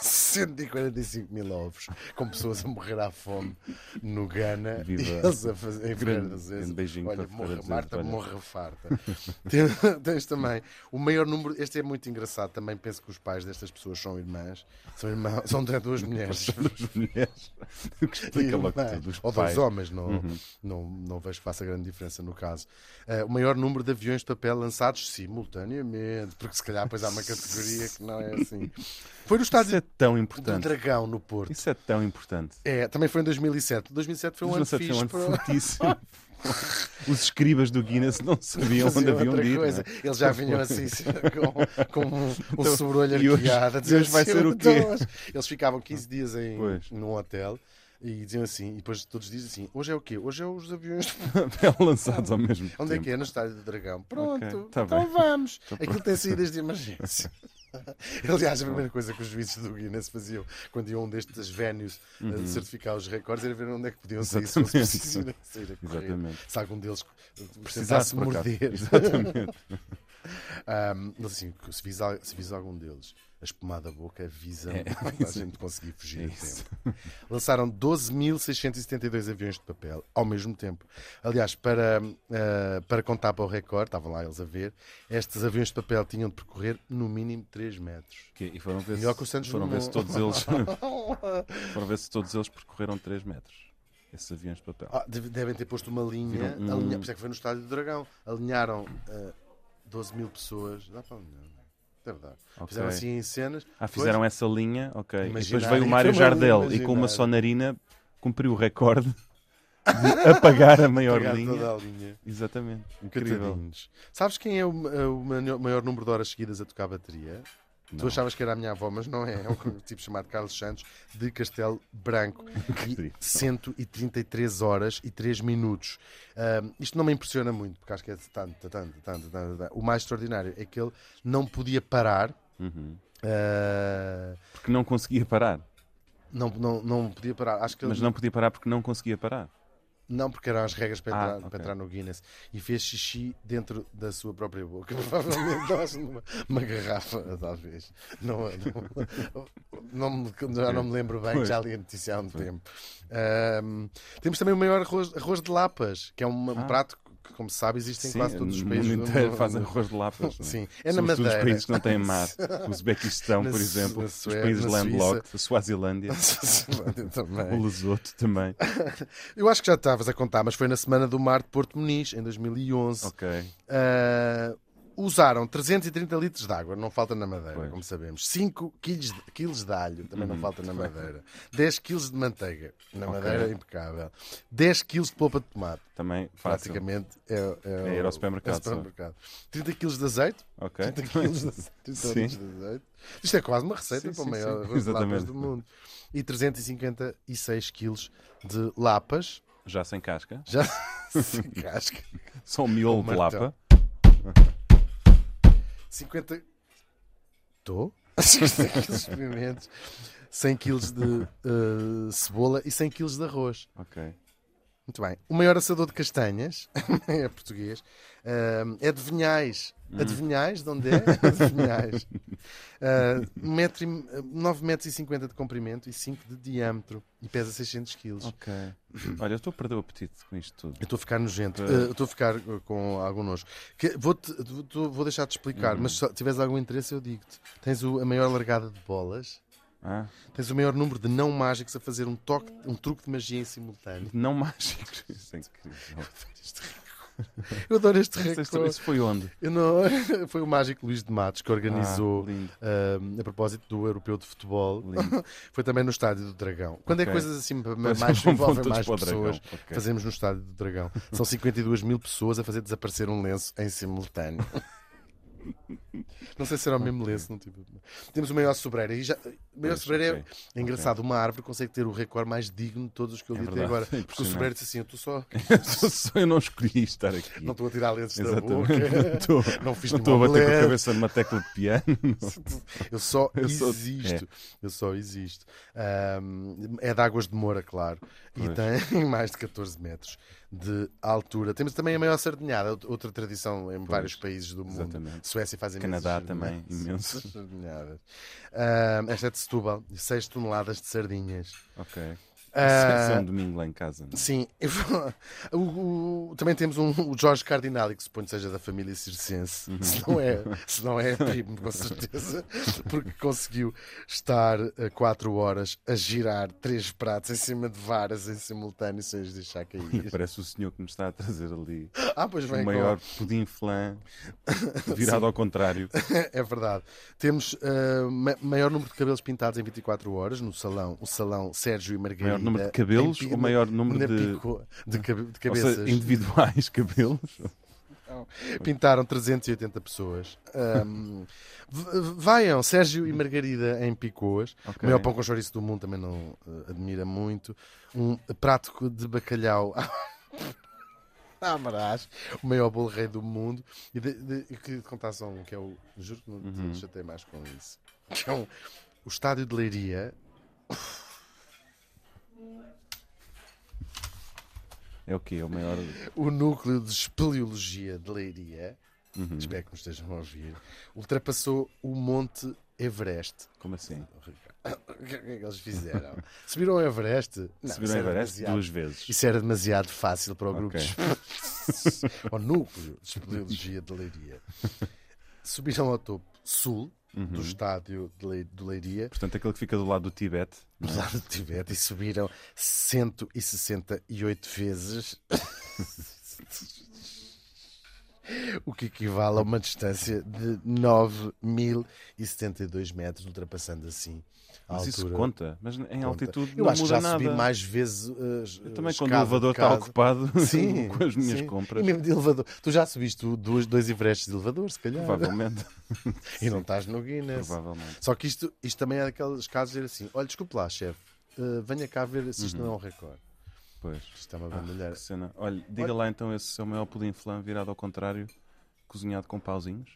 A: 145 mil ovos, com pessoas a morrer à fome no Ghana
B: Viva. Um
A: e eles a fazer em Ferreira
B: Grande-
A: das Vezes.
B: grande beijinho
A: Olha,
B: para Ferreira
A: morra
B: das Vezes,
A: Marta,
B: olha.
A: morra farta. Tem- Tens também o maior número. Este é muito engraçado também. Penso que os pais destas pessoas são irmãs. São irmãos, são duas mulheres.
B: As mulheres. O que explica logo
A: Irmãs.
B: tudo. Os
A: é? Ou
B: pais.
A: dois homens, não, não, não vejo que faça grande diferença no caso. Eh, o maior número de aviões de papel lançados simultaneamente, porque se calhar depois há uma categoria que não é assim. Foi no
B: Isso é
A: estádio
B: tão
A: do
B: importante.
A: Dragão, no Porto.
B: Isso é tão importante.
A: É, também foi em 2007. 2007 foi um ano
B: Mas não sei,
A: fixe
B: foi um ano
A: para...
B: fortíssimo. Os escribas do Guinness não sabiam onde
A: fazer
B: haviam
A: outra
B: de ir. não é?
A: coisa. Eles já vinham assim com, com um, um
B: Então,
A: sobrolho
B: e hoje-
A: arqueado. a dizer
B: hoje vai
A: assim,
B: ser o quê?
A: então, hoje- Eles ficavam 15 dias em,
B: Pois.
A: num hotel e diziam assim, e depois todos dizem assim, hoje é o quê? Hoje é os aviões
B: é? lançados ao mesmo tempo.
A: Onde é que é? No Estádio do Dragão. Pronto,
B: tá
A: então
B: bem.
A: vamos. Aquilo tem saídas de emergência. Aliás, a primeira coisa que os juízes do Guinness faziam quando iam a um destes vénios eh, certificar os recordes era ver onde é que podiam sair se fosse
B: Uhum. Exatamente.
A: preciso ir a- sair a correr.
B: Exatamente.
A: Se algum deles precisasse
B: Precisasse, por acaso.
A: morder.
B: Exatamente.
A: Ahm, mas assim, que se visa, se visa algum deles a espumada da boca, avisa para a gente conseguir fugir a
B: É, isso.
A: tempo. Lançaram 12.672 aviões de papel ao mesmo tempo. Aliás, para, ah, para contar para o recorde, estavam lá eles a ver, estes aviões de papel tinham de percorrer no mínimo 3 metros.
B: Que- E foram ver
A: Melhor
B: se,
A: que o Santos
B: foram ver
A: Dumont.
B: se todos eles foram ver se todos eles percorreram 3 metros. Esses aviões de papel.
A: Ah, deve- devem ter posto uma linha,
B: Viram um-
A: alinha- por isso é que foi no Estádio do Dragão. Alinharam 12 mil pessoas. Dá para alinhar, não é? Deve dar. Fizeram
B: Ok.
A: assim em cenas.
B: Ah,
A: Pois,
B: fizeram essa linha, ok. E depois
A: Imaginário.
B: veio o Mário
A: Foi uma
B: Jardel
A: linha
B: e com uma
A: imaginária.
B: só narina cumpriu o recorde de apagar a maior
A: pegaram
B: linha.
A: toda a linha.
B: Exatamente. Incrível.
A: eh, Catadinhos. Sabes quem é o, ma- o ma- maior número de horas seguidas a tocar bateria? Tu achavas que era a minha avó, mas não é. É um tipo chamado Carlos Santos de Castelo Branco. E 133 horas e 3 minutos. Ahm, isto não me impressiona muito, porque acho que é tanto, tanto, tanto, tanto, tanto. O mais extraordinário é que ele não podia parar.
B: Uhum.
A: Ah,
B: Porque não conseguia parar.
A: não, não, não podia parar. Acho que ele
B: Mas não podia parar porque não conseguia parar.
A: Não, porque eram as regras para,
B: Ah,
A: entrar,
B: ok.
A: para entrar no Guinness. E fez xixi dentro da sua própria boca. Provavelmente não acho numa uma garrafa, talvez. Não, não, não me- já não me lembro bem,
B: Pois.
A: já li a notícia há um tempo. Ahm, temos também o maior arroz, arroz de lapas, que é um prato que, como se sabe, existe em quase todos os
B: Ah. no
A: países.
B: mundo
A: do-
B: inteiro
A: do-
B: fazem arroz de lapas. não é?
A: Sim, é na
B: Sobretudo os
A: Madeira.
B: países que não têm mar. O Uzbequistão,
A: Na
B: por
A: Su-
B: exemplo.
A: na
B: Os
A: Sué-
B: países
A: na Suíça. É.
B: landlocked. A Suazilândia.
A: também.
B: O Lesoto também.
A: Eu acho que já estavas a contar, mas foi na Semana do Mar de Porto Muniz, em 2011.
B: Ok.
A: Uh, usaram 330 litros de água, não falta na madeira,
B: Pois. Uhum.
A: como sabemos. 5 quilos de, quilos de alho, também não falta na madeira. 10 quilos de manteiga, na madeira é impecável. 10 quilos de polpa de tomate,
B: Também fácil.
A: praticamente é,
B: É
A: o-
B: ir ao supermercado,
A: é o supermercado. 30 quilos de azeite.
B: Ok.
A: 30 quilos de azeite, 30
B: Sim.
A: litros de azeite. Isto é quase uma receita
B: Sim,
A: para o
B: sim, sim.
A: maior arroz de lapas
B: Exatamente.
A: do mundo. E 356 quilos de lapas,
B: Já sem casca.
A: já se casca.
B: Só o miolo
A: Com
B: de
A: martelo.
B: lapa.
A: 50. Estou? 50 quilos de pimentos, 100 quilos de eh, cebola e 100 quilos de arroz.
B: Ok.
A: Muito bem. O maior assador de castanhas, é português, ahm, é de Vinhais. Adivinhais de onde é? De Vinhais. Ah, um metro e, 9 metros e 50 de comprimento e 5 de diâmetro e pesa 600 quilos.
B: Ok. Olha, eu estou a perder o apetite com isto tudo.
A: Eu estou a ficar nojento,
B: Ah.
A: Eh, eu estou a ficar eh, com algum nojo. Que- Vou-te- vou tu- vou deixar de explicar, mas se tiveres algum interesse, eu digo-te. Tens o- a maior largada de bolas,
B: Ah,
A: tens o maior número de não mágicos a fazer um, toque, um truque de magia em simultâneo.
B: não mágicos. Isso é incrível.
A: Eu adoro este
B: Isso,
A: recorde.
B: isso foi onde?
A: Eu não- Foi o mágico Luís de Matos que organizou.
B: Ah, lindo.
A: ah, a propósito do europeu de futebol,
B: Lindo.
A: foi também no estádio do Dragão. Quando é
B: Ok.
A: coisas assim ma-
B: Mas
A: mais
B: vão- vão
A: envolvem
B: todos
A: mais
B: para o Dragão,
A: pessoas,
B: ok.
A: fazemos no estádio do Dragão. São 52 mil pessoas a fazer desaparecer um lenço em simultâneo. Não sei se era o mesmo lenço. Não tive... Temos o maior sobreira. E já... O maior
B: Pois,
A: sobreira
B: ok.
A: é... é engraçado. Uma árvore consegue ter o recorde mais digno de todos os que eu
B: É
A: li até
B: verdade.
A: agora.
B: É
A: Porque o
B: impressionante.
A: sobreira disse assim: eu estou só.
B: Só eu não escolhi estar aqui.
A: Não estou a tirar lenços da boca.
B: Exatamente. Não estou-
A: Não fiz nenhum
B: não estou a bater com a
A: omelete.
B: cabeça numa tecla de piano. não.
A: Tipo, Eu só
B: Eu sou- é.
A: existo. Eu só existo. Ahm, é de Águas de Moura, claro.
B: Pois.
A: E tem mais de 14 metros de altura. Temos também a maior sardinhada, out- outra tradição em vários países do mundo.
B: exatamente.
A: Suécia faz imensas
B: Canadá
A: sardinhadas.
B: também, imenso.
A: Sardinhadas. Ahm, esta é de Setúbal, 6 toneladas de sardinhas.
B: Ok.
A: Ah,
B: Isso é um domingo lá em casa. não é?
A: Sim, eu vou- o- o- também temos um, o Jorge Cardinali, que suponho que seja da família circense,
B: Uhum.
A: se não é, se não é é primo, com certeza, porque conseguiu estar 4 horas a girar três pratos em cima de varas em simultâneo sem os deixar cair.
B: Parece o senhor que me está a trazer ali
A: Ah, pois
B: o
A: bem,
B: maior pudim flan virado ao contrário.
A: É verdade. Temos ah, ma- maior número de cabelos pintados em 24 horas no salão, o salão Sérgio e Margarida.
B: Maior número de
A: em
B: cabelos
A: Pi-
B: ou maior número
A: na
B: de-
A: Pico- de, cabe- de
B: Ou
A: cabeças?
B: seja, individuais cabelos.
A: Pintaram 380 pessoas. Ahm, v- v- vaiam, Sérgio e Margarida em Picoas.
B: Ok.
A: O maior pão com chouriço do mundo também não eh, admira muito. Um prato de bacalhau. Ah, Marás, o maior bolo rei do mundo. E de, de, eu queria te contar só um, que é o. Juro que não te chatei mais com isso. Que é um, o estádio de Leiria.
B: É o quê? É o maior.
A: O núcleo de espeleologia de Leiria, espero que me estejam a ouvir, ultrapassou o Monte Everest.
B: Como assim?
A: O que é que eles fizeram? Subiram ao Everest? Não,
B: Subiram
A: isso
B: o
A: era
B: Everest
A: demasiado-
B: duas vezes.
A: Isso era demasiado fácil para o grupo
B: Ok.
A: de... ao núcleo de espeleologia de Leiria. Subiram ao topo sul
B: Uhum.
A: do estádio de Lei- de Leiria,
B: Portanto, aquele que fica do lado do Tibete.
A: do lado do Tibete, e subiram 168 vezes. o que equivale a uma distância de 9.072 metros, ultrapassando assim a
B: Mas isso
A: altura.
B: conta. Mas em altitude
A: Eu
B: não
A: acho que já
B: muda nada.
A: subi mais vezes uh,
B: Eu também
A: escada
B: quando
A: de
B: o elevador está
A: casa.
B: ocupado
A: Sim,
B: com as minhas
A: sim.
B: compras.
A: E mesmo de elevador. Tu já subiste dois, dois Everestes de elevador, se calhar.
B: Provavelmente.
A: E não estás no Guinness.
B: Provavelmente.
A: Só que isto, isto também é daqueles casos de dizer assim: olha, desculpe lá, chefe, eh, venha cá ver se isto
B: Uhum.
A: não é um recorde.
B: Pois.
A: Isto é está-me a bandalhar.
B: Que cena. Olha, diga lá então esse seu maior pudim flan virado ao contrário, cozinhado com pauzinhos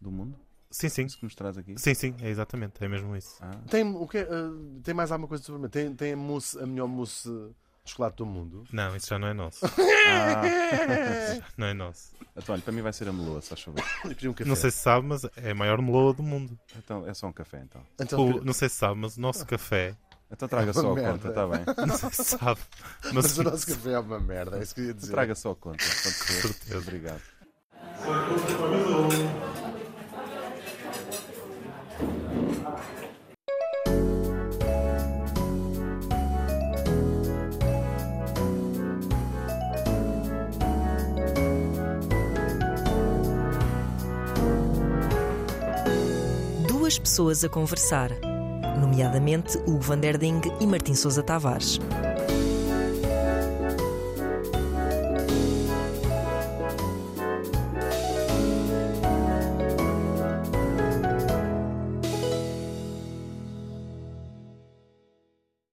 B: do mundo.
C: Sim, sim.
B: Isso que nos traz aqui.
C: Sim, sim, é exatamente. É mesmo isso.
B: Ah,
A: Tem, o que, tem mais alguma coisa sobre mim? Tem, tem a, mousse, a melhor mousse de chocolate do mundo?
C: Não, isso já não é nosso. não é nosso.
B: então, olha, para mim vai ser a meloa, se faz favor.
A: Eu queria um café.
C: Não sei se sabe, mas é a maior meloa do mundo.
B: Então, é só um café então.
A: Então,
C: O- não sei se sabe, mas o nosso café.
B: Então traga só a
A: É Merda.
B: conta, está bem.
C: Ah. Não sei se sabe.
A: Mas
C: Mas
A: o nosso café é uma merda, é isso que eu ia dizer.
B: Traga só a conta. Com certeza. Obrigado.
D: Duas pessoas a conversar, nomeadamente Hugo Van der Ding e Martim Sousa Tavares.